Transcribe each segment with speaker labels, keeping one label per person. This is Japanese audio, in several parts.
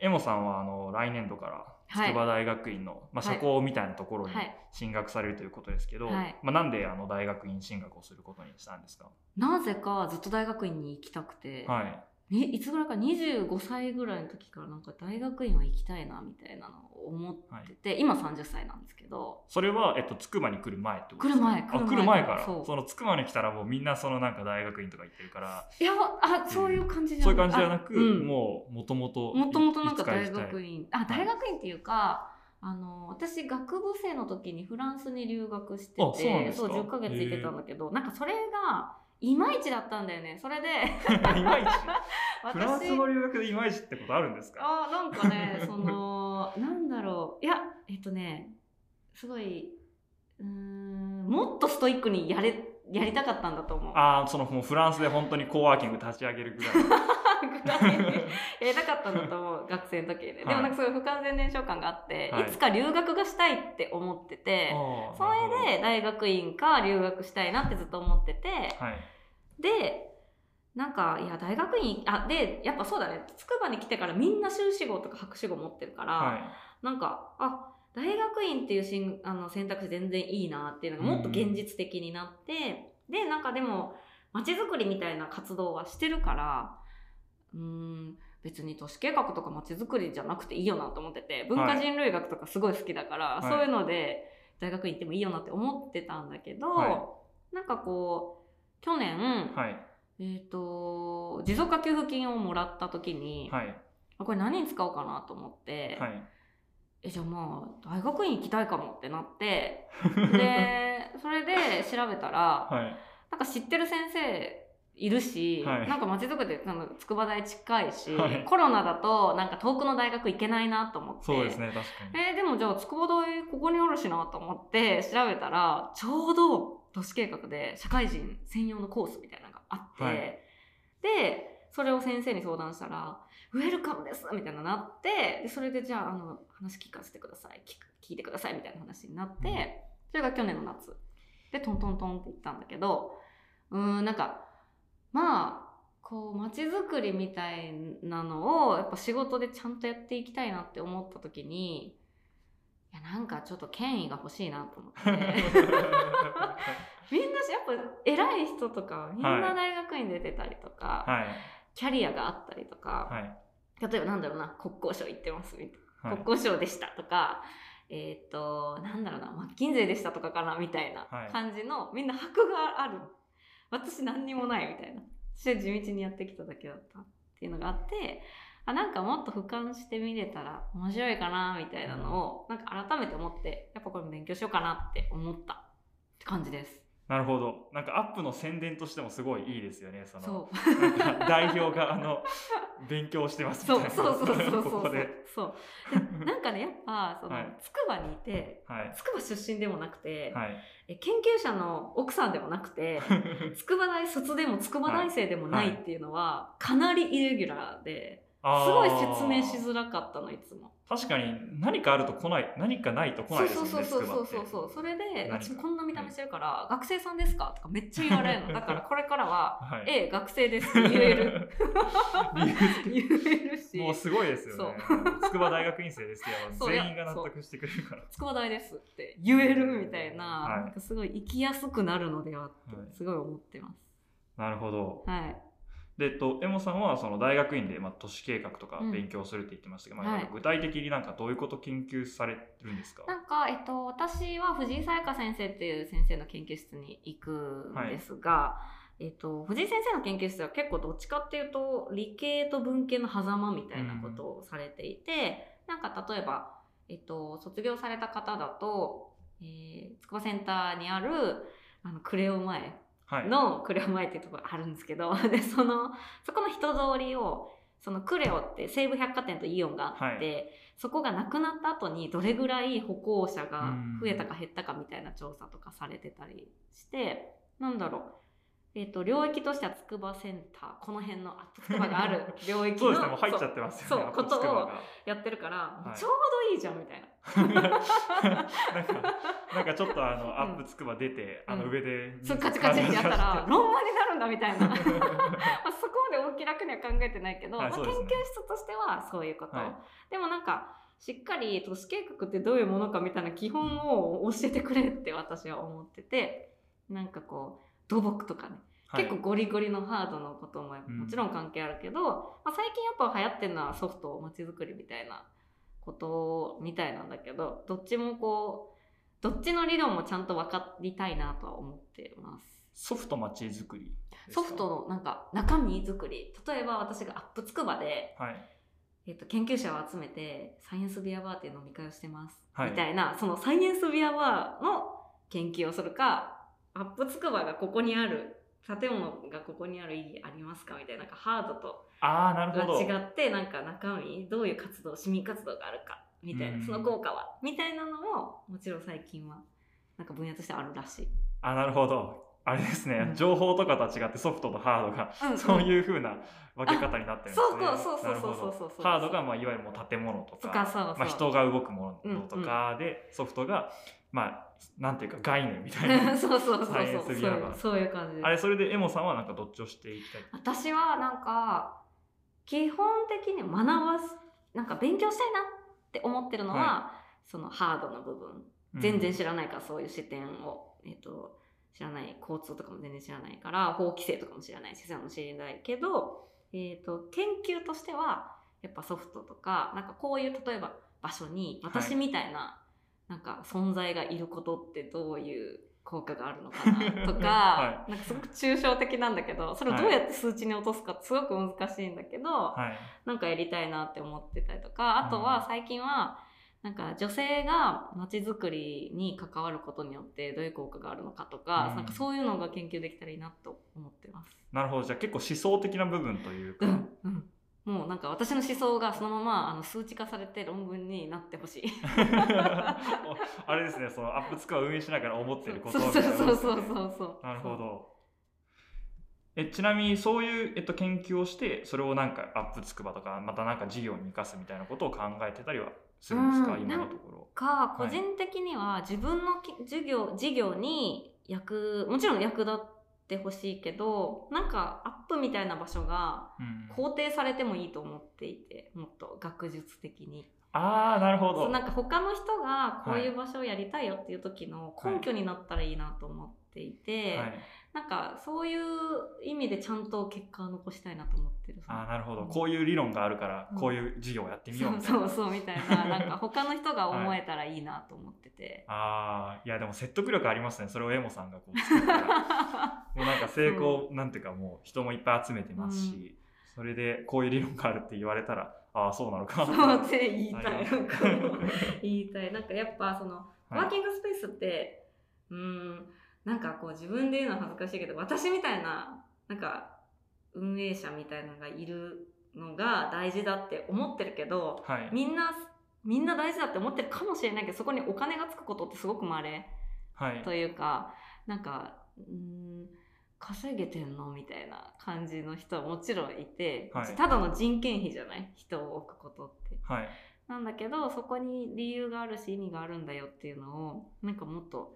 Speaker 1: エモさんはあの来年度から
Speaker 2: はい
Speaker 1: 筑波大学院の、まあ、社
Speaker 2: はい
Speaker 1: 交みたいなところに
Speaker 2: はい
Speaker 1: 進学されるということですけど、
Speaker 2: はい
Speaker 1: まあ、なんであの大学院進学をすることにしたんですか、
Speaker 2: なぜかずっと大学院に行きたくて、
Speaker 1: はい
Speaker 2: ねいつぐらいか25歳ぐらいの時からなんか大学院は行きたいなみたいなのを思ってて、今30歳なんですけど
Speaker 1: それは、えっと、つくばに来る前ってこと
Speaker 2: 来る前来る
Speaker 1: あ
Speaker 2: 前
Speaker 1: 来る前から
Speaker 2: そう
Speaker 1: そのつくばに来たらもうみんなそのなんか大学院とか行ってるから
Speaker 2: いやあそういう感じじゃ
Speaker 1: そういう
Speaker 2: な
Speaker 1: 感じじゃなく、
Speaker 2: あうん
Speaker 1: もうもともと
Speaker 2: もともとなんか
Speaker 1: いつ行き
Speaker 2: 大
Speaker 1: たい
Speaker 2: 学院あ大学院っていうか、あの私学部生の時にフランスに留学してて
Speaker 1: あそうなんですか
Speaker 2: 10ヶ月行ってたんだけど、なんかそれがいまいちだったんだよねそれで
Speaker 1: いまい ちフラン
Speaker 2: 私
Speaker 1: スの留学でいまいちってことあるんですか
Speaker 2: あなんか ねそのなんだろういやえっとねすごいうーんもっとストイックにやれやりたかったんだと思う。
Speaker 1: ああそのもうフランスで本当にコーワーキング立ち上げるぐらい の
Speaker 2: ぐらいにやりたかったんだと思う学生の時ででもなんかそういう不完全燃焼感があって、
Speaker 1: はい
Speaker 2: い、つか留学がしたいって思ってて、
Speaker 1: あー
Speaker 2: そ
Speaker 1: なるほ
Speaker 2: れで大学院か留学したいなってずっと思ってて
Speaker 1: どはい
Speaker 2: でなんかいや大学院あでやっぱそうだね筑波に来てからみんな修士号とか博士号持ってるから、
Speaker 1: はい
Speaker 2: なんかあ大学院っていうしんあの選択肢全然いいなっていうのがもっと現実的になって、でなんかでも街づくりみたいな活動はしてるからうーん別に都市計画とか街づくりじゃなくていいよなと思ってて文化人類学とかすごい好きだから、
Speaker 1: い
Speaker 2: そういうので大学院行ってもいいよなって思ってたんだけど、
Speaker 1: は
Speaker 2: なんかこう去年、
Speaker 1: はい
Speaker 2: えっ、と持続化給付金をもらった時に、
Speaker 1: はい
Speaker 2: あこれ何に使おうかなと思って。
Speaker 1: はい
Speaker 2: えじゃあまあ大学院行きたいかもってなって でそれで調べたら
Speaker 1: はい
Speaker 2: なんか知ってる先生いるし、
Speaker 1: はい
Speaker 2: なんか街づくりでなんか筑波大近いし、
Speaker 1: はい
Speaker 2: コロナだとなんか遠くの大学行けないなと思って
Speaker 1: そうですね確か
Speaker 2: えーでもじゃあ筑波大ここにおるしなと思って調べたらちょうど都市計画で社会人専用のコースみたいなのがあって、
Speaker 1: はい
Speaker 2: でそれを先生に相談したら「ウェルカムです」みたいなのなってでそれでじゃああの話聞かせてください聞く聞いてくださいみたいな話になって、
Speaker 1: うん
Speaker 2: それが去年の夏でトントントンって行ったんだけどうーんなんかまあこう街づくりみたいなのをやっぱ仕事でちゃんとやっていきたいなって思った時にいやなんかちょっと権威が欲しいなと思っ
Speaker 1: に
Speaker 2: て みんなやっぱ偉い人とかみんな大学院出てたりとか、
Speaker 1: はい
Speaker 2: キャリアがあったりとか、
Speaker 1: はい
Speaker 2: 例えばなんだろうな国交省行ってますみたいな。
Speaker 1: はい
Speaker 2: 国交省でしたとか、えっ、と、なんだろうな、マッキンゼーでしたとかかなみたいな
Speaker 1: はい
Speaker 2: 感じの、みんな箔がある。私何にもないみたいな。私は地道にやってきただけだったっていうのがあって、あなんかもっと俯瞰してみれたら面白いかなみたいなのを、なんか改めて思って、やっぱこれ勉強しようかなって思ったって感じです。
Speaker 1: なるほどなんかアップの宣伝としてもすごいいいですよねその
Speaker 2: そう。
Speaker 1: なんか代表があの勉強してます
Speaker 2: そ
Speaker 1: み
Speaker 2: う
Speaker 1: たいな
Speaker 2: そうそうそうそう
Speaker 1: ここで
Speaker 2: そう。でなんかね、やっぱ、その、
Speaker 1: はい
Speaker 2: 筑波にいて、
Speaker 1: はい
Speaker 2: 筑波出身でもなくて、
Speaker 1: はい
Speaker 2: え研究者の奥さんでもなく て筑波大卒でも筑波大生でもないっていうのはかなりイレギュラーです
Speaker 1: あ
Speaker 2: ごい
Speaker 1: ー
Speaker 2: 説明しづらかったのいつも
Speaker 1: 確かに何かあると来ない何かないと来ない
Speaker 2: そう
Speaker 1: ですよ
Speaker 2: そう
Speaker 1: ね
Speaker 2: そうそうそう
Speaker 1: つくばって
Speaker 2: そうそうそれで
Speaker 1: 何か
Speaker 2: 私こんな見た目してるから「学生さんですか?」とかめっちゃ言 われるのだからこれからは
Speaker 1: は
Speaker 2: 「
Speaker 1: い、
Speaker 2: ええ学生です」って言え る
Speaker 1: 理由
Speaker 2: 言えるし
Speaker 1: もうすごいですよね筑波大学院生ですけど
Speaker 2: そういや
Speaker 1: 全員が納得してくれるから、
Speaker 2: 筑波大ですって言えるみたいな,、
Speaker 1: はい
Speaker 2: なんかすごい生きやすくなるのではって
Speaker 1: はい
Speaker 2: すごい思ってます。
Speaker 1: なるほど
Speaker 2: はい、
Speaker 1: で、えっと、エモさんはその大学院で、まあ、都市計画とか
Speaker 2: うん
Speaker 1: 勉強するって言ってましたけど、まあ
Speaker 2: はい
Speaker 1: なんか具体的になんかどういうこと研究されるんですか、
Speaker 2: なんか、えっと、私は藤井さやか先生っていう先生の研究室に行くんですが、えっと、藤井先生の研究室は結構どっちかっていうと理系と文系の狭間みたいなことをされていて、なんか例えば、えっと、卒業された方だと、えー、筑波センターにあるあのクレオ前
Speaker 1: はい、
Speaker 2: のクレオ前っていうところがあるんですけど でそのそこの人通りをそのクレオって西武百貨店とイオンがあって、
Speaker 1: は
Speaker 2: そこがなくなった後にどれぐらい歩行者が増えたか減ったかみたいな調査とかされてたりしてなんだろうえっ、と、領域としては筑波センター、この辺の、あ筑波がある領域の。
Speaker 1: そうですね、もう入っちゃってますよね。
Speaker 2: そう
Speaker 1: アップ
Speaker 2: ことを
Speaker 1: つくばが
Speaker 2: やってるから、
Speaker 1: い
Speaker 2: ちょうどいいじゃんみたい な。
Speaker 1: なんか、なんかちょっとあの、アップつくば出て、あの
Speaker 2: うん
Speaker 1: 上で。
Speaker 2: そうカチカチってやったら
Speaker 1: あ、
Speaker 2: 論文になるんだみたいな。まあ、 そこまで大きなくには考えてないけど、
Speaker 1: はい
Speaker 2: まあ、
Speaker 1: そう
Speaker 2: 研究
Speaker 1: ですね
Speaker 2: 室としてはそういうこと。
Speaker 1: はい
Speaker 2: でもなんか、しっかり都市計画ってどういうものかみたいな基本を教えてくれって私は思ってて、なんかこう、土木とかね、
Speaker 1: はい
Speaker 2: 結構ゴリゴリのハードのことももちろん関係あるけど、まあ、最近やっぱ流行ってるのはソフトまちづくりみたいなことみたいなんだけどどっちもこうどっちの理論もちゃんと分かりたいなとは思ってます。
Speaker 1: ソフトまちづくりですか。
Speaker 2: ソフトのなんか中身作り例えば私がアップつくばで、
Speaker 1: はい。
Speaker 2: えっと研究者を集めてサイエンスビアバーっていう飲み会をしてます、
Speaker 1: はい
Speaker 2: みたいなそのサイエンスビアバーの研究をするかアップつくばがここにある建物がここにある意義ありますかみたいななんかハードと
Speaker 1: ああ、なるほど。
Speaker 2: が違ってなんか中身どういう活動市民活動があるかみたいな、
Speaker 1: うん
Speaker 2: その効果はみたいなのももちろん最近はなんか分野としてあるらしい。
Speaker 1: あ、なるほど。あれですね、
Speaker 2: うん
Speaker 1: 情報とかとは違ってソフトとハードが、 そう
Speaker 2: う
Speaker 1: いう風な分け方になってるんですね。
Speaker 2: あそうそうそうそうそうそ
Speaker 1: なる
Speaker 2: うそう
Speaker 1: ほどハードが、まあ、いわゆるもう建物と
Speaker 2: と
Speaker 1: か、
Speaker 2: かそうそう、。
Speaker 1: まあ、人が動くものとかで、ソフトが、まあ、なんていうか概念みたいな
Speaker 2: そうそうそうそう
Speaker 1: サイエンスビアバー
Speaker 2: そういうそういう感じです
Speaker 1: あれ、それでエモさんはなんかどっちをしていきたい
Speaker 2: 私はなんか基本的に学ばすなんか勉強したいなって思ってるのは、
Speaker 1: は
Speaker 2: そのハードの部分
Speaker 1: うん
Speaker 2: 全然知らないから、そういう視点を、えっと知らない交通とかも全然知らないから法規制とかも知らない資産も知らないけど、えっと研究としてはやっぱソフトとかなんかこういう例えば場所に私みたいな、なんか存在がいることってどういう効果があるのかなとか、
Speaker 1: は
Speaker 2: なんかすごく抽象的なんだけどそれをどうやって数値に落とすかすごく難しいんだけど、
Speaker 1: はい。
Speaker 2: なんかやりたいなって思ってたりとかあとは最近はなんか女性がまちづくりに関わることによってどういう効果があるのかとか,、
Speaker 1: うん
Speaker 2: なんかそういうのが研究できたらいいなと思ってます。
Speaker 1: なるほど。じゃあ結構思想的な部分というか。
Speaker 2: うんうんもうなんか私の思想がそのままあの数値化されて論文になってほしい。
Speaker 1: あれですね、そのアップつくば運営しながら思ってること
Speaker 2: そう
Speaker 1: み
Speaker 2: そ
Speaker 1: たい
Speaker 2: う
Speaker 1: な
Speaker 2: そうそう
Speaker 1: う。
Speaker 2: そうそう。
Speaker 1: なるほど。えちなみにそういう、えっと、研究をしてそれをなんかアップつくばとかまたなんか事業に生かすみたいなことを考えてたりはするんですか、
Speaker 2: うん
Speaker 1: 今のところ。
Speaker 2: か
Speaker 1: い
Speaker 2: 個人的には自分のき授業事業に役もちろん役立ってほしいけどなんかアップみたいな場所が
Speaker 1: うん
Speaker 2: 肯定されてもいいと思っていてもっと学術的に
Speaker 1: ああなるほ
Speaker 2: そう
Speaker 1: ど。
Speaker 2: なんか他の人がこういう場所をやりたいよっていう時の根拠になったらいいなと思っていて、
Speaker 1: はい、
Speaker 2: なんかそういう意味でちゃんと結果を残したいなと思ってる
Speaker 1: ああなるほどこういう理論があるから
Speaker 2: うん
Speaker 1: こういう事業をやってみ
Speaker 2: そ
Speaker 1: よう
Speaker 2: う
Speaker 1: みたいな。
Speaker 2: そうそうみたい ななんか他の人が思えたらいいなと思ってて。
Speaker 1: ああいやでも説得力ありますねそれをエモさんが こう作ったらもうなんか成功なんていうかもう人もいっぱい集めてますし、それでこういう理論があるって言われたらああそうなのか
Speaker 2: そ うって言いた。
Speaker 1: はいい
Speaker 2: なんか 言いたい。なんかやっぱその、ワーキングスペースって、うーん、なんかこう自分で言うのは恥ずかしいけど、私みたいな、なんか運営者みたいなのがいるのが大事だって思ってるけど、
Speaker 1: はい、はい
Speaker 2: みんな、みんな大事だって思ってるかもしれないけど、そこにお金がつくことってすごく稀
Speaker 1: はい
Speaker 2: というか、なんか、うーん、稼げてんのみたいな感じの人はもちろんいて、
Speaker 1: はい
Speaker 2: ただの人件費じゃない人を置くことって。
Speaker 1: はい
Speaker 2: なんだけどそこに理由があるし意味があるんだよっていうのをなんかもっと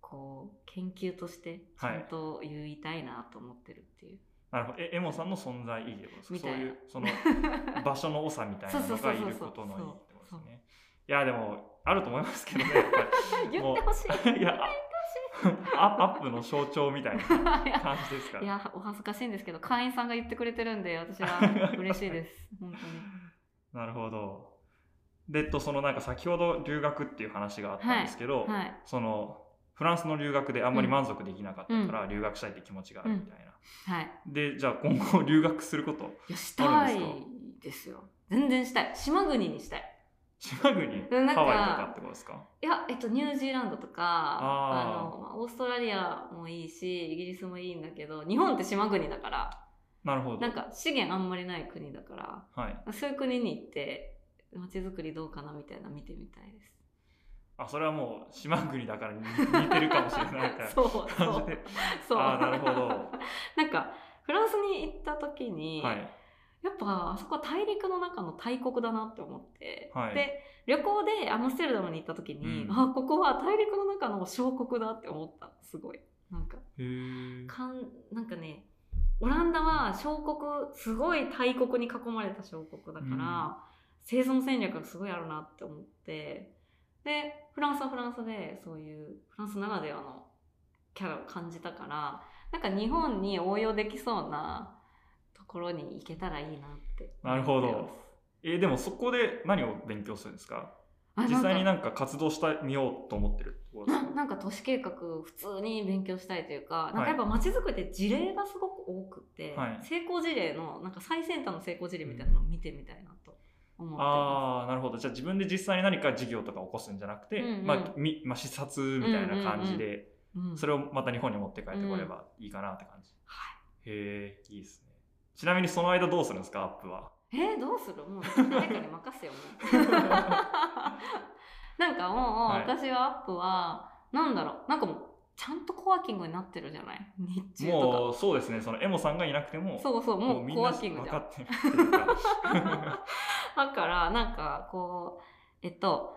Speaker 2: こう研究としてちゃんと言いたいなと思ってるって いう、
Speaker 1: なるほどえエモさんの存在意義ってことですかそう
Speaker 2: みたい
Speaker 1: い
Speaker 2: な
Speaker 1: うその場所の多さみたいなのがいることのいいってことですねいやでもあると思いますけどねやっぱり
Speaker 2: 言ってほしい
Speaker 1: いや アアップの象徴みたいない
Speaker 2: や
Speaker 1: 感じですから
Speaker 2: いやお恥ずかしいんですけど会員さんが言ってくれてるんで私は嬉しいです 本当に
Speaker 1: なるほど。で、えっと、そのなんか先ほど留学っていう話があったんですけど、
Speaker 2: はい
Speaker 1: そのフランスの留学であんまり満足できなかったから留学したいって気持ちがあるみたいな。
Speaker 2: はい
Speaker 1: で、じゃあ今後留学すること、
Speaker 2: いやした
Speaker 1: あ
Speaker 2: い
Speaker 1: るん
Speaker 2: ですよ全然したい島国にしたい
Speaker 1: 島国、
Speaker 2: うんなんか
Speaker 1: ハワイとかってことですか
Speaker 2: いや、えっと、ニュージーランドとか、あ
Speaker 1: あー
Speaker 2: の、まあオーストラリアもいいし、イギリスもいいんだけど、日本って島国だから、
Speaker 1: なるほど。
Speaker 2: なんか資源あんまりない国だから、
Speaker 1: はい。
Speaker 2: そういう国に行って、街づくりどうかなみたいなの見てみたいです。
Speaker 1: あそれはもう島国だからに似てるかもしれないみたいな
Speaker 2: そう そう
Speaker 1: 感じで
Speaker 2: そう
Speaker 1: ああなるほど
Speaker 2: なんかフランスに行った時に、
Speaker 1: はい
Speaker 2: やっぱあそこは大陸の中の大国だなって思って、
Speaker 1: はい
Speaker 2: で旅行でアムステルダムに行った時に、
Speaker 1: うん
Speaker 2: あここは大陸の中の小国だって思ったすごいなんか
Speaker 1: へえ
Speaker 2: かんなんかねオランダは小国すごい大国に囲まれた小国だから、
Speaker 1: うん
Speaker 2: 生存戦略がすごいあるなって思ってでフランスはフランスでそういうフランスならではのキャラを感じたからなんか日本に応用できそうなところに行けたらいいなって思ってます
Speaker 1: なるほどえでもそこで何を勉強するんですか
Speaker 2: あなんか
Speaker 1: 実際になんか活動してみようと思ってるところです
Speaker 2: な
Speaker 1: か
Speaker 2: なんか都市計画普通に勉強したいというか
Speaker 1: い
Speaker 2: なんかやっぱ街づくりって事例がすごく多くて、
Speaker 1: はい
Speaker 2: 成功事例のなんか最先端の成功事例みたいなのを見てみたいなと思ってま
Speaker 1: ああなるほどじゃあ自分で実際に何か事業とか起こすんじゃなくて、
Speaker 2: うんうん
Speaker 1: まあみまあ、視察みたいな感じで、
Speaker 2: す、うん
Speaker 1: それをまた日本に持って帰ってこればいいかなって感じ、
Speaker 2: は
Speaker 1: へえいいですねちなみにその間どうするんですかアップ は
Speaker 2: い、えー、どうするもう誰かに任せよもうなんかもう、
Speaker 1: はい
Speaker 2: 私はアップはなんだろうなんかもうちゃんとコワーキングになってるじゃない日中とか
Speaker 1: もうそうですねそのエモさんがいなくても
Speaker 2: そうそうもう
Speaker 1: みん
Speaker 2: コ
Speaker 1: な
Speaker 2: ワーキング
Speaker 1: 分
Speaker 2: じゃん
Speaker 1: かってるっていうか
Speaker 2: だからなんかこうえっと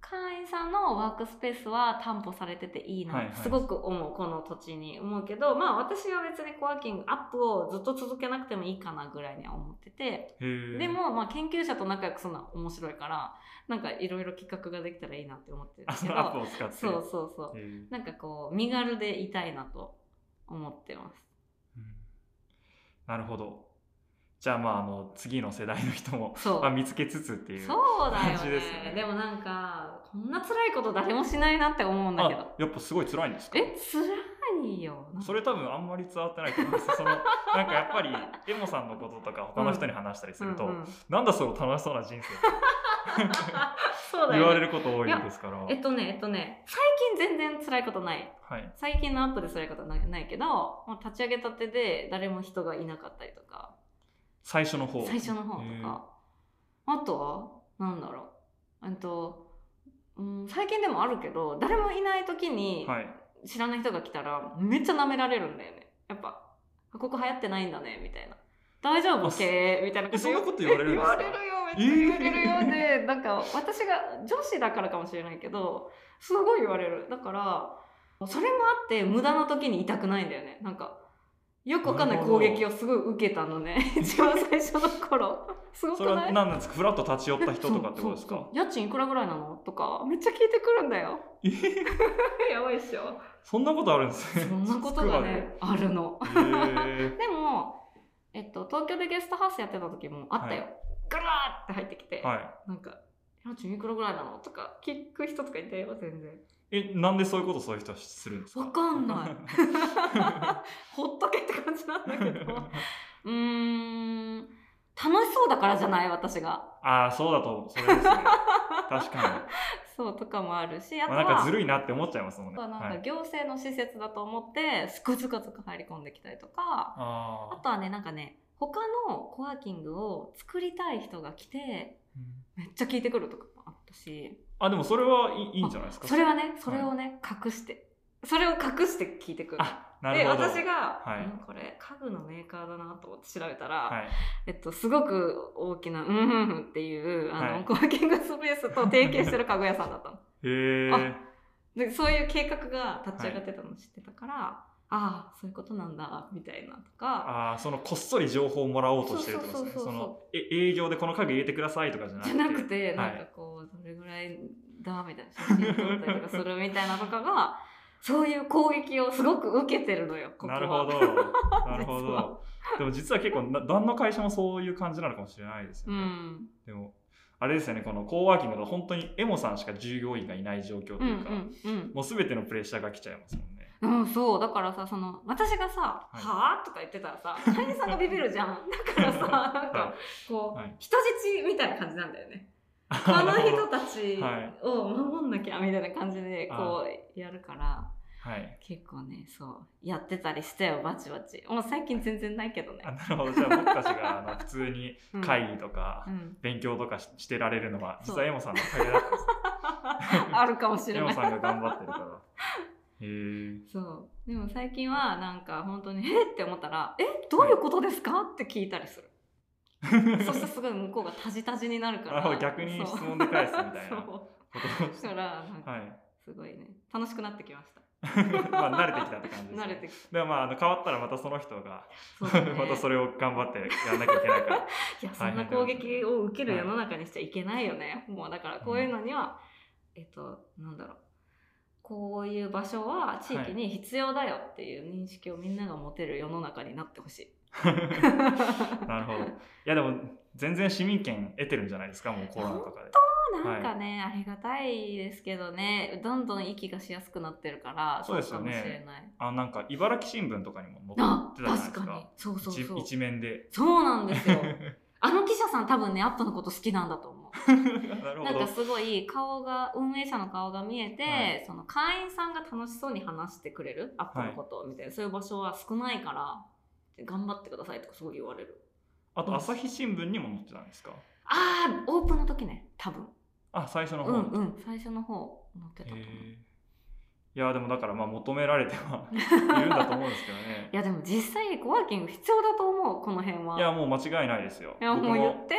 Speaker 2: 会員さんのワークスペースは担保されてていいな、
Speaker 1: はいはい
Speaker 2: すごく思うこの土地に思うけどまあ私は別にコワーキングアップをずっと続けなくてもいいかなぐらいには思ってて
Speaker 1: へえ
Speaker 2: でもまあ研究者と仲良くするのは面白いからなんかいろいろ企画ができたらいいなって思ってるん
Speaker 1: あ
Speaker 2: で
Speaker 1: そ
Speaker 2: すけ
Speaker 1: のアッ
Speaker 2: ど
Speaker 1: プを使って
Speaker 2: そうそうそう
Speaker 1: へー
Speaker 2: なんかこう身軽でいたいなと思ってます。
Speaker 1: うんなるほどじゃあまああの次の世代の人も、
Speaker 2: そう
Speaker 1: まあ、見つけつつっていう
Speaker 2: そうだよ
Speaker 1: 感じ
Speaker 2: ね
Speaker 1: ですよね
Speaker 2: でもなんかこんな辛いこと誰もしないなって思うんだけど
Speaker 1: あやっぱすごい辛いんですか
Speaker 2: え辛いよ
Speaker 1: それ多分あんまり伝わってないと思います そのなんかやっぱりエモさんのこととか他の人に話したりすると、
Speaker 2: うんうん
Speaker 1: なんだその楽しそうな人生って
Speaker 2: そうだ
Speaker 1: 言
Speaker 2: よ、ね、
Speaker 1: われること多いですから、
Speaker 2: えっとねえっとね最近全然辛いことない
Speaker 1: はい、
Speaker 2: 最近のアップで辛いことはないないけどもう立ち上げたてで誰も人がいなかったりとか
Speaker 1: 最初の方
Speaker 2: 最初の方とかあとはなんだろうえっと、うん、最近でもあるけど誰もいない時
Speaker 1: え
Speaker 2: に
Speaker 1: ーはい
Speaker 2: 知らない人が来たらめっちゃ舐められるんだよねやっぱあここ流行ってないんだねみたいな大丈夫
Speaker 1: あそ
Speaker 2: 系みたいな
Speaker 1: えそんなこと言われるんですか
Speaker 2: 言われるよめっちゃ言われるよで、なんか私が女子だからかもしれないけどすごい言われるだからそれもあって無駄な時に痛くないんだよねなんかよくわかんない攻撃をすごい受けた のね一番最初の頃すご
Speaker 1: そ
Speaker 2: く
Speaker 1: れは
Speaker 2: ない
Speaker 1: 何なんですかふらっと立ち寄った人とかってことです
Speaker 2: そう
Speaker 1: か
Speaker 2: そう家賃いくらぐらいなのとかめっちゃ聞いてくるんだよ
Speaker 1: えー
Speaker 2: やばいっしょ
Speaker 1: そんなことあるんですね
Speaker 2: そんなことがねあるの
Speaker 1: つくばでへー
Speaker 2: でも、えっと、東京でゲストハウスやってた時もあったよ。ぐらーって入ってきて、
Speaker 1: はい
Speaker 2: なんか、家賃いくらぐらいなのとか聞く人とかいたよ、全然。
Speaker 1: えなんでそういうことそういう人はするんですか
Speaker 2: わかんないほっとけって感じなんだけ ど。うーん、楽しそうだからじゃない、私が。
Speaker 1: ああそうだと思うそれですね確か
Speaker 2: そうとかもあるし、あ
Speaker 1: に、
Speaker 2: と
Speaker 1: ま
Speaker 2: は、
Speaker 1: あ、なんかずるいなって思っちゃいますもんね
Speaker 2: なん
Speaker 1: は
Speaker 2: か
Speaker 1: い、
Speaker 2: 行政の施設だと思って、すくずくずく入り込んできたりとか、
Speaker 1: あ
Speaker 2: あ
Speaker 1: あ
Speaker 2: とはね、なんかね、他のコワーキングを作りたい人が来て、めっちゃ聞いてくるとかもあったし
Speaker 1: あでもそれはいいいいんじゃないですか
Speaker 2: それはねそれをね、隠してそれを隠して聞いてくる
Speaker 1: あな
Speaker 2: で
Speaker 1: るほど
Speaker 2: 私が、
Speaker 1: はい
Speaker 2: うんこれ家具のメーカーだなと思って調べたら、
Speaker 1: はい
Speaker 2: えっと、すごく大きな「うんうんうん」っていうあの、
Speaker 1: はい
Speaker 2: コワーキングスペースと提携してる家具屋さんだっ たの
Speaker 1: へえ
Speaker 2: でそういう計画が立ち上がってたの知ってたから、ああそういうことなんだみたいなとか
Speaker 1: ああそのこっそり情報をもらおうとしてるってことです
Speaker 2: そ
Speaker 1: ね
Speaker 2: うそうそうそう
Speaker 1: そのえ営業でこの家具入れてくださいとかじゃなく
Speaker 2: じゃ
Speaker 1: て
Speaker 2: なくて、
Speaker 1: は
Speaker 2: ないんかこうどれぐらいだみたいな写真撮ったりとかするみたいなとかが そういう攻撃をすごく受けてるのよここは
Speaker 1: なるほど なるほ
Speaker 2: 実は
Speaker 1: どでも実は結構などの会社もそういう感じなのかもしれないです
Speaker 2: う
Speaker 1: よね、
Speaker 2: ん
Speaker 1: でもあれですよねこのコーワーキングの本当にエモさんしか従業員がいない状況と
Speaker 2: うん
Speaker 1: いうか、
Speaker 2: うん
Speaker 1: もう全てのプレッシャーが来ちゃいますもんね
Speaker 2: うん、うん、そうだからさその私がさ「は
Speaker 1: はい
Speaker 2: あ?」とか言ってたらさ社員さんがビビるじゃ んだからさなんかこう、
Speaker 1: はい
Speaker 2: 人質みたいな感じなんだよ ねあの人たち
Speaker 1: はい
Speaker 2: を守んなきゃみたいな感じでこうやるから
Speaker 1: はい。
Speaker 2: 結構ね、そう、やってたりしたよ、バチバチ。もう最近全然ないけどね
Speaker 1: あ。なるほど。じゃあ僕たちがあの普通に
Speaker 2: うん
Speaker 1: 会議とか
Speaker 2: う、ん。
Speaker 1: 勉強とかししてられるのは、
Speaker 2: そう
Speaker 1: 実はエモさんのおかげだ ったんですね。
Speaker 2: あるかもしれ
Speaker 1: エモ
Speaker 2: ない。
Speaker 1: さんが頑張ってるから。へえ。
Speaker 2: そう。でも最近はなんか本当に、えって思ったら、えどういうことですかって聞いたり する。そしてすごい向こうがタジタジになるか
Speaker 1: なるほ
Speaker 2: ら。
Speaker 1: ど逆に
Speaker 2: そう
Speaker 1: 質問で返すみたいな
Speaker 2: そ
Speaker 1: ことを
Speaker 2: う。だから、なんか
Speaker 1: はい。
Speaker 2: すごいね、楽しくなってきました。
Speaker 1: まあ慣れてきたって感じです、ね。
Speaker 2: 慣れてき
Speaker 1: でもまああの変わったらまたその人 が、
Speaker 2: そうだ ね
Speaker 1: またそれを頑張ってやんなきゃいけないから。
Speaker 2: いやそんな攻撃を受ける世の中にしちゃいけないよね、もうだからこういうのには、えっとなんだろうこういう場所は地域に必要だよっていう認識をみんなが持てる世の中になってほしい。
Speaker 1: なるほど。いやでも全然市民権得てるんじゃないですかもうコロナと かで。
Speaker 2: なんかね、ありがたいですけどねどんどん息がしやすくなってるから
Speaker 1: そうですよね
Speaker 2: かもしれない。
Speaker 1: あなんか茨城新聞とかにも載
Speaker 2: あ
Speaker 1: ってたじゃないで
Speaker 2: 確
Speaker 1: す
Speaker 2: かに
Speaker 1: か。
Speaker 2: そうそうそう
Speaker 1: 一一面で。
Speaker 2: そうなんですよ。あの記者さん多分ねアップのこと好きなんだと思う。
Speaker 1: なるほ
Speaker 2: な
Speaker 1: ど
Speaker 2: んか。すごい顔が運営者の顔が見えて、
Speaker 1: は
Speaker 2: その会員さんが楽しそうに話してくれるアップのことをみたいな、そういう場所は少ないから頑張ってくださいとかすごい言われる
Speaker 1: あと朝日新聞にも載ってたんですか。
Speaker 2: あーオープンの時ね多分
Speaker 1: あ最初の
Speaker 2: う
Speaker 1: 方。
Speaker 2: んうん最初の方載ってたと思う、
Speaker 1: へえいやでもだからまあ求められて はいるんだと思うんですけどね
Speaker 2: い。やでも実際コワーキング必要だと思うこの辺はい
Speaker 1: やもう間違いないですよ。
Speaker 2: いや
Speaker 1: 僕
Speaker 2: もう言って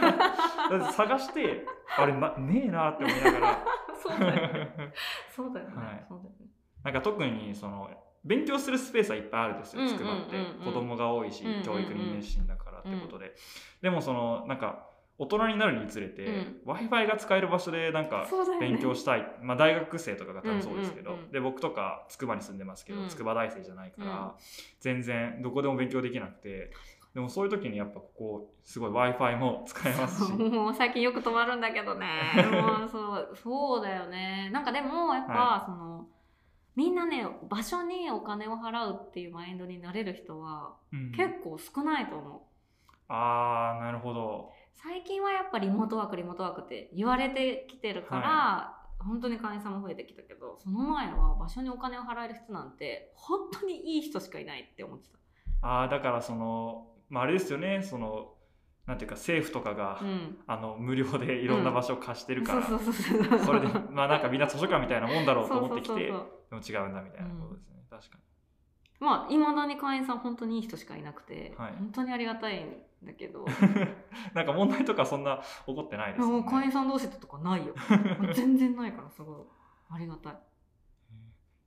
Speaker 1: だって探してあれ、ま、ねえなって思いながら
Speaker 2: そうだよ ねそうだよね、
Speaker 1: はい
Speaker 2: そうだよね
Speaker 1: なんか特にその勉強するスペースはいっぱいあるんですよ
Speaker 2: うんうん
Speaker 1: つ
Speaker 2: うんう
Speaker 1: く
Speaker 2: ん
Speaker 1: ばって、子供が多いし、
Speaker 2: うんうんうん
Speaker 1: 教育に熱心だからってことで、でもそのなんか大人になるにつれて、
Speaker 2: うん
Speaker 1: w i f i が使える場所でなんか
Speaker 2: そうだよね
Speaker 1: 勉強したい、まあ、大学生とかが多分そうですけど、
Speaker 2: うんうんうん
Speaker 1: で僕とか筑波に住んでますけど、
Speaker 2: うん
Speaker 1: 筑波大生じゃないから、
Speaker 2: うん
Speaker 1: 全然どこでも勉強できなくてでもそういう時にやっぱここす ごい w i f i も使えますし。
Speaker 2: もう最近よく止まるんだけど ねもうそうそうだよねなんかでもやっぱ、
Speaker 1: は
Speaker 2: そのみんなね場所にお金を払うっていうマインドになれる人は
Speaker 1: うん
Speaker 2: 結構少ないと思う、
Speaker 1: あーなるほど
Speaker 2: 最近はやっぱリモートワークリモートワークって言われてきてるから、本当に会員さんも増えてきたけどその前は場所にお金を払える人なんて本当にいい人しかいないって思ってた。
Speaker 1: ああだからその、まあ、あれですよねそのなんていうか政府とかが、
Speaker 2: うん、
Speaker 1: あの無料でいろんな場所を貸してるから、
Speaker 2: そうそうそうそう
Speaker 1: それでまあなんかみんな図書館みたいなもんだろうと思ってきて
Speaker 2: そうそうそうそう
Speaker 1: でも違うんだみたいなことですね、確か
Speaker 2: まあ、いまだに会員さん本当にいい人しかいなくて、
Speaker 1: はい
Speaker 2: 本当にありがたいんだ けど
Speaker 1: になんか問題とかそんな起こってないです
Speaker 2: も
Speaker 1: よ
Speaker 2: う会
Speaker 1: ね
Speaker 2: 員さん同士とか ないよ全然ないからすごいありがたい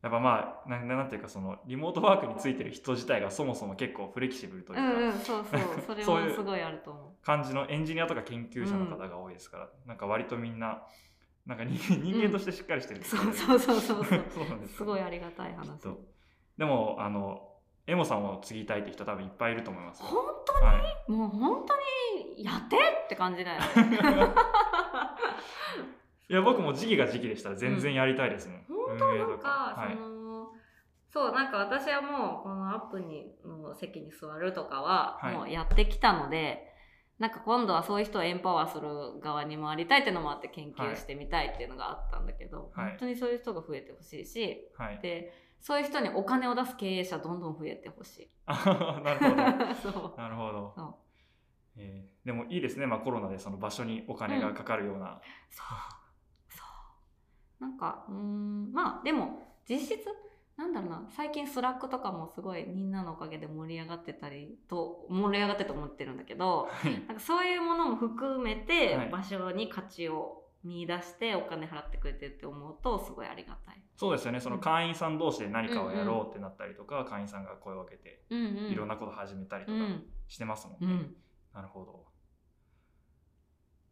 Speaker 1: やっぱまあなななんていうかそのリモートワークについてる人自体がそもそも結構フレキシブルという
Speaker 2: う
Speaker 1: か、
Speaker 2: んうんそ うそうそれ
Speaker 1: そういう
Speaker 2: はすごいあると思
Speaker 1: 感じのエンジニアとか研究者の方が多いですから、なんか割とみんななんか人人間としてしっかりしてるん
Speaker 2: う
Speaker 1: です
Speaker 2: そ
Speaker 1: よね
Speaker 2: うそうそうそうそう
Speaker 1: そうなんです
Speaker 2: すごいありがたい話
Speaker 1: きっ
Speaker 2: 本
Speaker 1: とでもあのエモさんを継ぎたいって人多分いっぱいいると思いますよ
Speaker 2: 当
Speaker 1: はい、
Speaker 2: もう本当にやってって感じ だよね
Speaker 1: いや僕も時期が時期でしたら全然やりたいですもん、
Speaker 2: 本
Speaker 1: 当
Speaker 2: なんか、
Speaker 1: はい
Speaker 2: そのそうなんか私はもうこのアップにの席に座るとかは
Speaker 1: はい
Speaker 2: もうやってきたので、なんか今度はそういう人をエンパワーする側に回りたいっていうのもあって研究してみたいっていうのがあったんだけど、
Speaker 1: はい
Speaker 2: 本当にそういう人が増えてほしいし
Speaker 1: はい
Speaker 2: でそういう人にお金を出す経営者どんどん増えてほしい。
Speaker 1: あははなるほど
Speaker 2: そう
Speaker 1: なるほど
Speaker 2: そう
Speaker 1: えーでもいいですね、まあ、コロナでその場所にお金がかかるような、
Speaker 2: そう。そう。なんか、うーん、まあでも、実質、なんだろうな、最近スラックとかもすごいみんなのおかげで盛り上がってたりと、盛り上がってと思ってるんだけど、
Speaker 1: はい
Speaker 2: なんかそういうものも含めて
Speaker 1: はい、
Speaker 2: 場所に価値を見出してお金払ってくれてるって思うと、すごいありがたい。
Speaker 1: そうですよねその会員さん同士で何かをやろうってなったりとか、会員さんが声をかけて
Speaker 2: うんうん。
Speaker 1: いろんなこと始めたりと
Speaker 2: う
Speaker 1: か
Speaker 2: ん。
Speaker 1: してますもんね、
Speaker 2: うん。
Speaker 1: なるほど。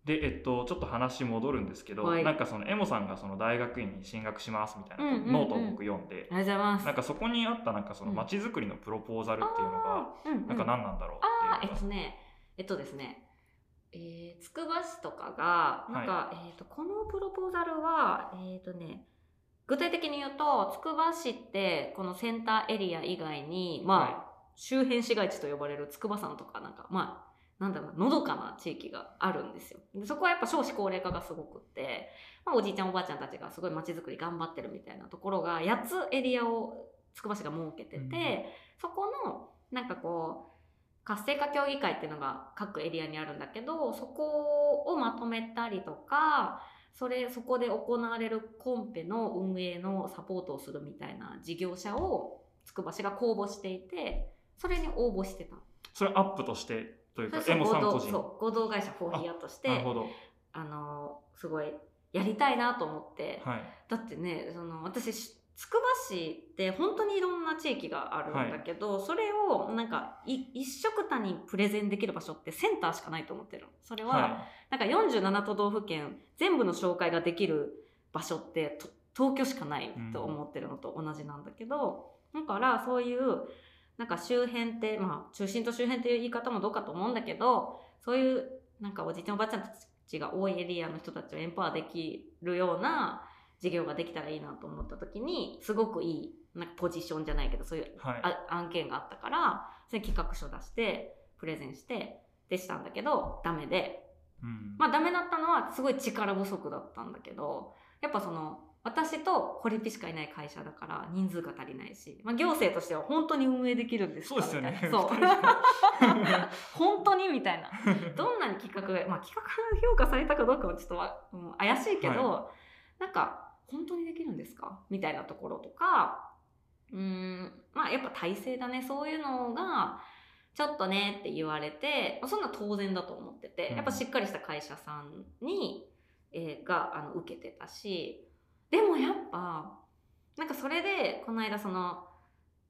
Speaker 1: で、えっと、ちょっと話戻るんですけど、
Speaker 2: はい
Speaker 1: なんかそのエモさんがその大学院に進学しますみたいな、
Speaker 2: うんうんうん
Speaker 1: ノートを僕読んで、
Speaker 2: ありがとうございます。
Speaker 1: なんかそこにあったなんかその
Speaker 2: うん
Speaker 1: 街づくりのプロポーザルっていうのが、
Speaker 2: あー、うんう
Speaker 1: なんか何なんだろう
Speaker 2: あ
Speaker 1: って
Speaker 2: え
Speaker 1: いうの
Speaker 2: っとねえっとですねえーつくば市とかがなんか、えっとこのプロポーザルはえっ、とね具体的に言うとつくば市ってこのセンターエリア以外にまあ、
Speaker 1: はい
Speaker 2: 周辺市街地と呼ばれる筑波山とかなんかまあなんだろう、のどかな地域があるんですよ。でそこはやっぱ少子高齢化がすごくって、まあ、おじいちゃんおばあちゃんたちがすごい街づくり頑張ってるみたいなところが、8つエリアをつくば市が設けてて、うん、そこの、なんかこう、活性化協議会っていうのが各エリアにあるんだけど、そこをまとめたりとか、それ、そこで行われるコンペの運営のサポートをするみたいな事業者をつくば市が公募していて、それに応募してた。
Speaker 1: それアップとしてというか、エモさん個人
Speaker 2: そう、合同会社フォーヒアとして、あの、すごいやりたいなと思って、はい、だってね、その、私、つくば市って本当にいろんな地域があるんだけど、はい、それをなんか一色たにプレゼンできる場所ってセンターしかないと思ってるそれは、なんか47都道府県全部の紹介ができる場所って東京しかないと思ってるのと同じなんだけど、うん、だからそういうなんか周辺って、まあ中心と周辺っていう言い方もどうかと思うんだけど、そういうなんかおじいちゃんおばあちゃんたちが多いエリアの人たちをエンパワーできるような事業ができたらいいなと思った時に、すごくいい、なんかポジションじゃないけど、そういうあ、はい、案件があったから、それ企画書出して、プレゼンして、でしたんだけど、ダメで。うん、まあダメだったのはすごい力不足だったんだけど、やっぱその、私とコリピしかいない会社だから人数が足りないし、まあ、行政としては本当に運営できるんです
Speaker 1: そうですよね。
Speaker 2: そう。 本当にみたいな。どんなに企画が、まあ、企画が評価されたかどうかはちょっとは、うん、怪しいけど、はい、なんか本当にできるんですかみたいなところとか、うん、まあやっぱ体制だね。そういうのが、ちょっとねって言われて、そんな当然だと思ってて、やっぱしっかりした会社さんに、えー、があの受けてたし、でもやっぱ、なんかそれで、この間その、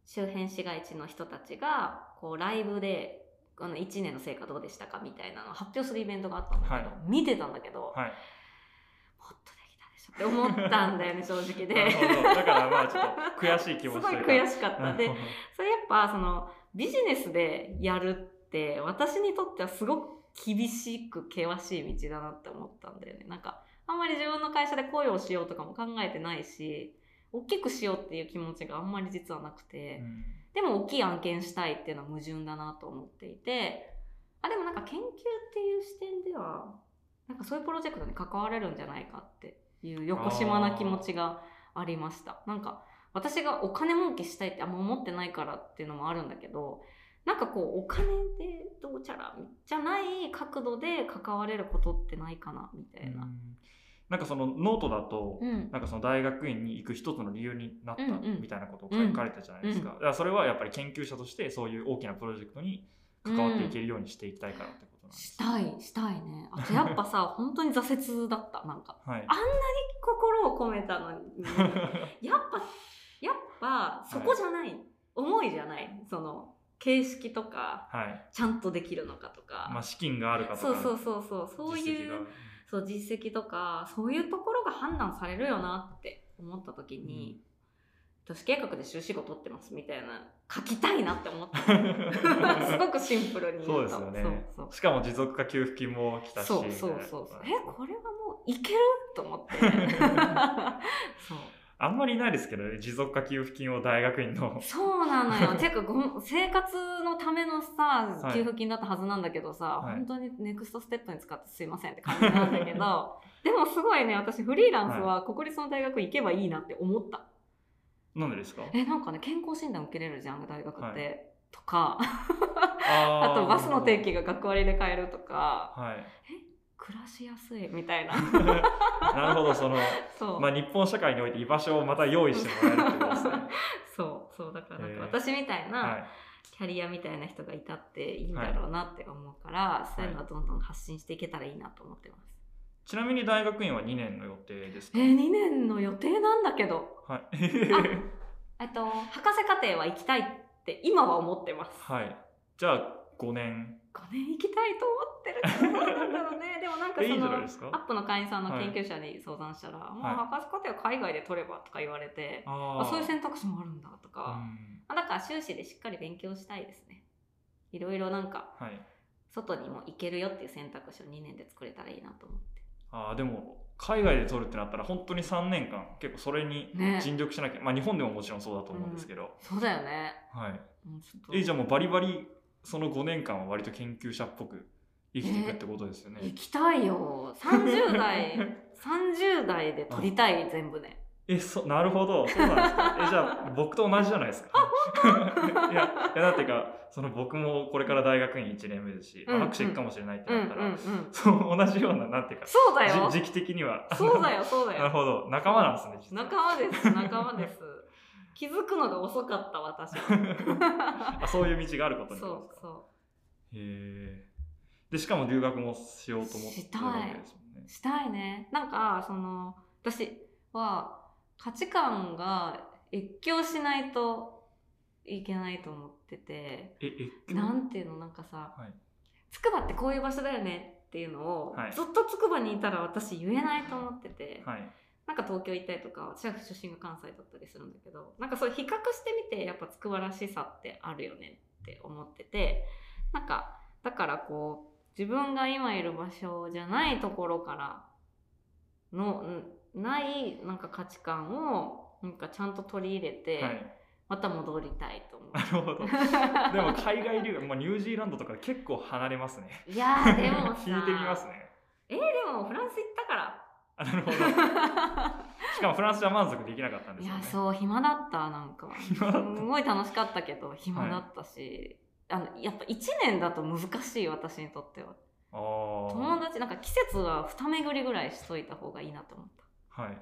Speaker 2: 周辺市街地の人たちが、こう、ライブで、この1年の成果どうでしたかみたいなのを発表するイベントがあったんだけど、はい、見てたんだけど、はい、 もっとできたでしょって思ったんだよね、正 直で。
Speaker 1: だからまあちょっと悔しい気持ち
Speaker 2: すごい悔しかった。で、それやっぱその、ビジネスでやるって、私にとってはすごく厳しく険しい道だなって思ったんだよね。なんか、あんまり自分の会社で雇用しようとかも考えてないし、大きくしようっていう気持ちがあんまり実はなくて、うん、でも大きい案件したいっていうのは矛盾だなと思っていて、あ、でもなんか研究っていう視点では、なんかそういうプロジェクトに関われるんじゃないかっていう横島な気持ちがありました。なんか私がお金儲けしたいってあんま思ってないからっていうのもあるんだけど、なんかこう、お金でどうちゃら、じゃない角度で関われることってないかな、みたいな。、
Speaker 1: なんかそのノートだと、うん、なんかその大学院に行く一つの理由になったみたいなことを書かれたじゃないですか。うんうん、だからそれはやっぱり研究者としてそういう大きなプロジェクトに関わっていけるようにしていきたいからってことなんです
Speaker 2: うん、したい、したいね。あとやっぱさ、本当に挫折だった、なんか。はい、あんなに心を込めたの に、やっぱ、やっぱそこじゃない、はい、思いじゃない、その、形式とか、 はい、ちゃんとできるのかとか、
Speaker 1: まあ、資金があるかとか
Speaker 2: そうそうそうそうそういうそう実績とかそういうところが判断されるよなって思った時に、うん、都市計画で修士号取ってますみたいな書きたいなって思 ったすごくシンプルに
Speaker 1: そうですよねしかも持続化給付金も来たし
Speaker 2: そうそうそうそうえこれはもういけると思 って
Speaker 1: そうあんまりいないですけどね、持続化給付金を大学院の。、
Speaker 2: そうなのよ。 ていうかご、生活のためのさ、はい、給付金だったはずなんだけどさ、はい、本当にネクストステップに使ってすいませんって感じなんだけ ど、でもすごいね、私フリーランスは国立の大学行けばいいなって思った。はい
Speaker 1: なんでですか
Speaker 2: え、なんかね、健康診断受けれるじゃん、大学って。とか、あ,あとバスの定期が学割で買えるとか、はい、え暮らしやすいみたいな
Speaker 1: なるほどその まあ、日本社会において居場所をまた用意してもらえるってことですね、
Speaker 2: そうそうだからなんか私みたいなキャリアみたいな人がいたっていいんだろうなって思うから、はい、そういうのはどんどん発信していけたらいいなと思ってます、はい
Speaker 1: ちなみに大学院は2年の予定です
Speaker 2: かえー、2年の予定なんだけどはいえと博士課程は行きたいって今は思ってま す
Speaker 1: はいじゃあ5年
Speaker 2: 5年行きたいと思ってる なんだろうねでもなんかそのアップの会員さんの研究者に相談したら「はい、もう博士課程は海外で取れば」とか言われて、はい、あそういう選択肢もあるんだとか、うだから修士でしっかり勉強したいですねいろいろなんか、はい、外にも行けるよっていう選択肢を2年で作れたらいいなと思って
Speaker 1: あでも海外で取るってなったら本当に3年間結構それに尽力しなきゃ、ね、まあ日本でももちろんそうだと思うんですけど、うん、
Speaker 2: そうだよね
Speaker 1: はいえじゃあもうバリバリその5年間は割と研究者っぽく生きていくってことですよね。
Speaker 2: 行きたいよ30代30代で取りたい全部ね
Speaker 1: えそなるほどそうなんですかえじゃあ僕と同じじゃないですかいやいやだっていうかその僕もこれから大学院1年目ですし、
Speaker 2: うんうん
Speaker 1: まあ拍手行くかもしれないってなったら、
Speaker 2: うんうんうん
Speaker 1: そう同じようななんていうか
Speaker 2: そうだよ
Speaker 1: じ時期的には
Speaker 2: そうだよそう
Speaker 1: な
Speaker 2: だ
Speaker 1: る
Speaker 2: よ
Speaker 1: ほど仲間なんですね実は
Speaker 2: 仲 間です仲間です気づくのが遅かった私 は
Speaker 1: あそういう道があることになるん
Speaker 2: そ
Speaker 1: ですか
Speaker 2: うそ
Speaker 1: へえでしかも留学もしようと思ってるわけですもんね
Speaker 2: うしたいねなんかその私は価値観が越境しないといけないと思ってて
Speaker 1: ええ
Speaker 2: なんていうのなんかさ、
Speaker 1: はい
Speaker 2: つくばってこういう場所だよねっていうのを、
Speaker 1: はい
Speaker 2: ずっとつくばにいたら私言えないと思ってて、
Speaker 1: はい
Speaker 2: なんか東京行ったりとか私は出身が関西だったりするんだけどなんかそう比較してみてやっぱつくばらしさってあるよねって思っててなんかだからこう自分が今いる場所じゃないところからのんないなんか価値観をなんかちゃんと取り入れて、
Speaker 1: はい
Speaker 2: また戻りたいと思う
Speaker 1: なるほどでも海外留学、まあ、ニュージーランドとか結構離れますね。
Speaker 2: いやーでもさ
Speaker 1: 引いてみますね。
Speaker 2: えーでもフランス行ったから
Speaker 1: あなるほど。 しかもフランスじゃ満足できなかったんで
Speaker 2: い
Speaker 1: すよ
Speaker 2: や
Speaker 1: ね。
Speaker 2: そう暇だったなんか
Speaker 1: 暇だった
Speaker 2: すごい楽しかったけど暇だったし、あのやっぱ1年だと難しい私にとっては
Speaker 1: あ
Speaker 2: 友達なんか季節は2巡りぐらいしといた方がいいなと思っ
Speaker 1: あ。はい。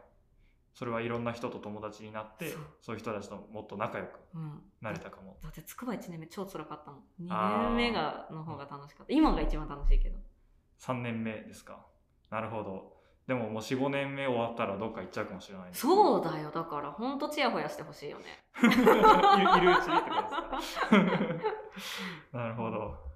Speaker 1: それはいろんな人と友達になって
Speaker 2: そう、
Speaker 1: そういう人たちともっと仲良く
Speaker 2: た、うん、
Speaker 1: なれたかも。
Speaker 2: だって筑波1年目超辛かったもん
Speaker 1: あー
Speaker 2: 2年目がの方が楽しかった今が一番楽しいけど
Speaker 1: 3年目ですか。なるほど。でももう4、5年目終わったらどっか行っちゃうかもしれないですね、
Speaker 2: そうだよだからほんとチヤホヤしてほしいよね
Speaker 1: いるいるうちにってことですか。なるほど。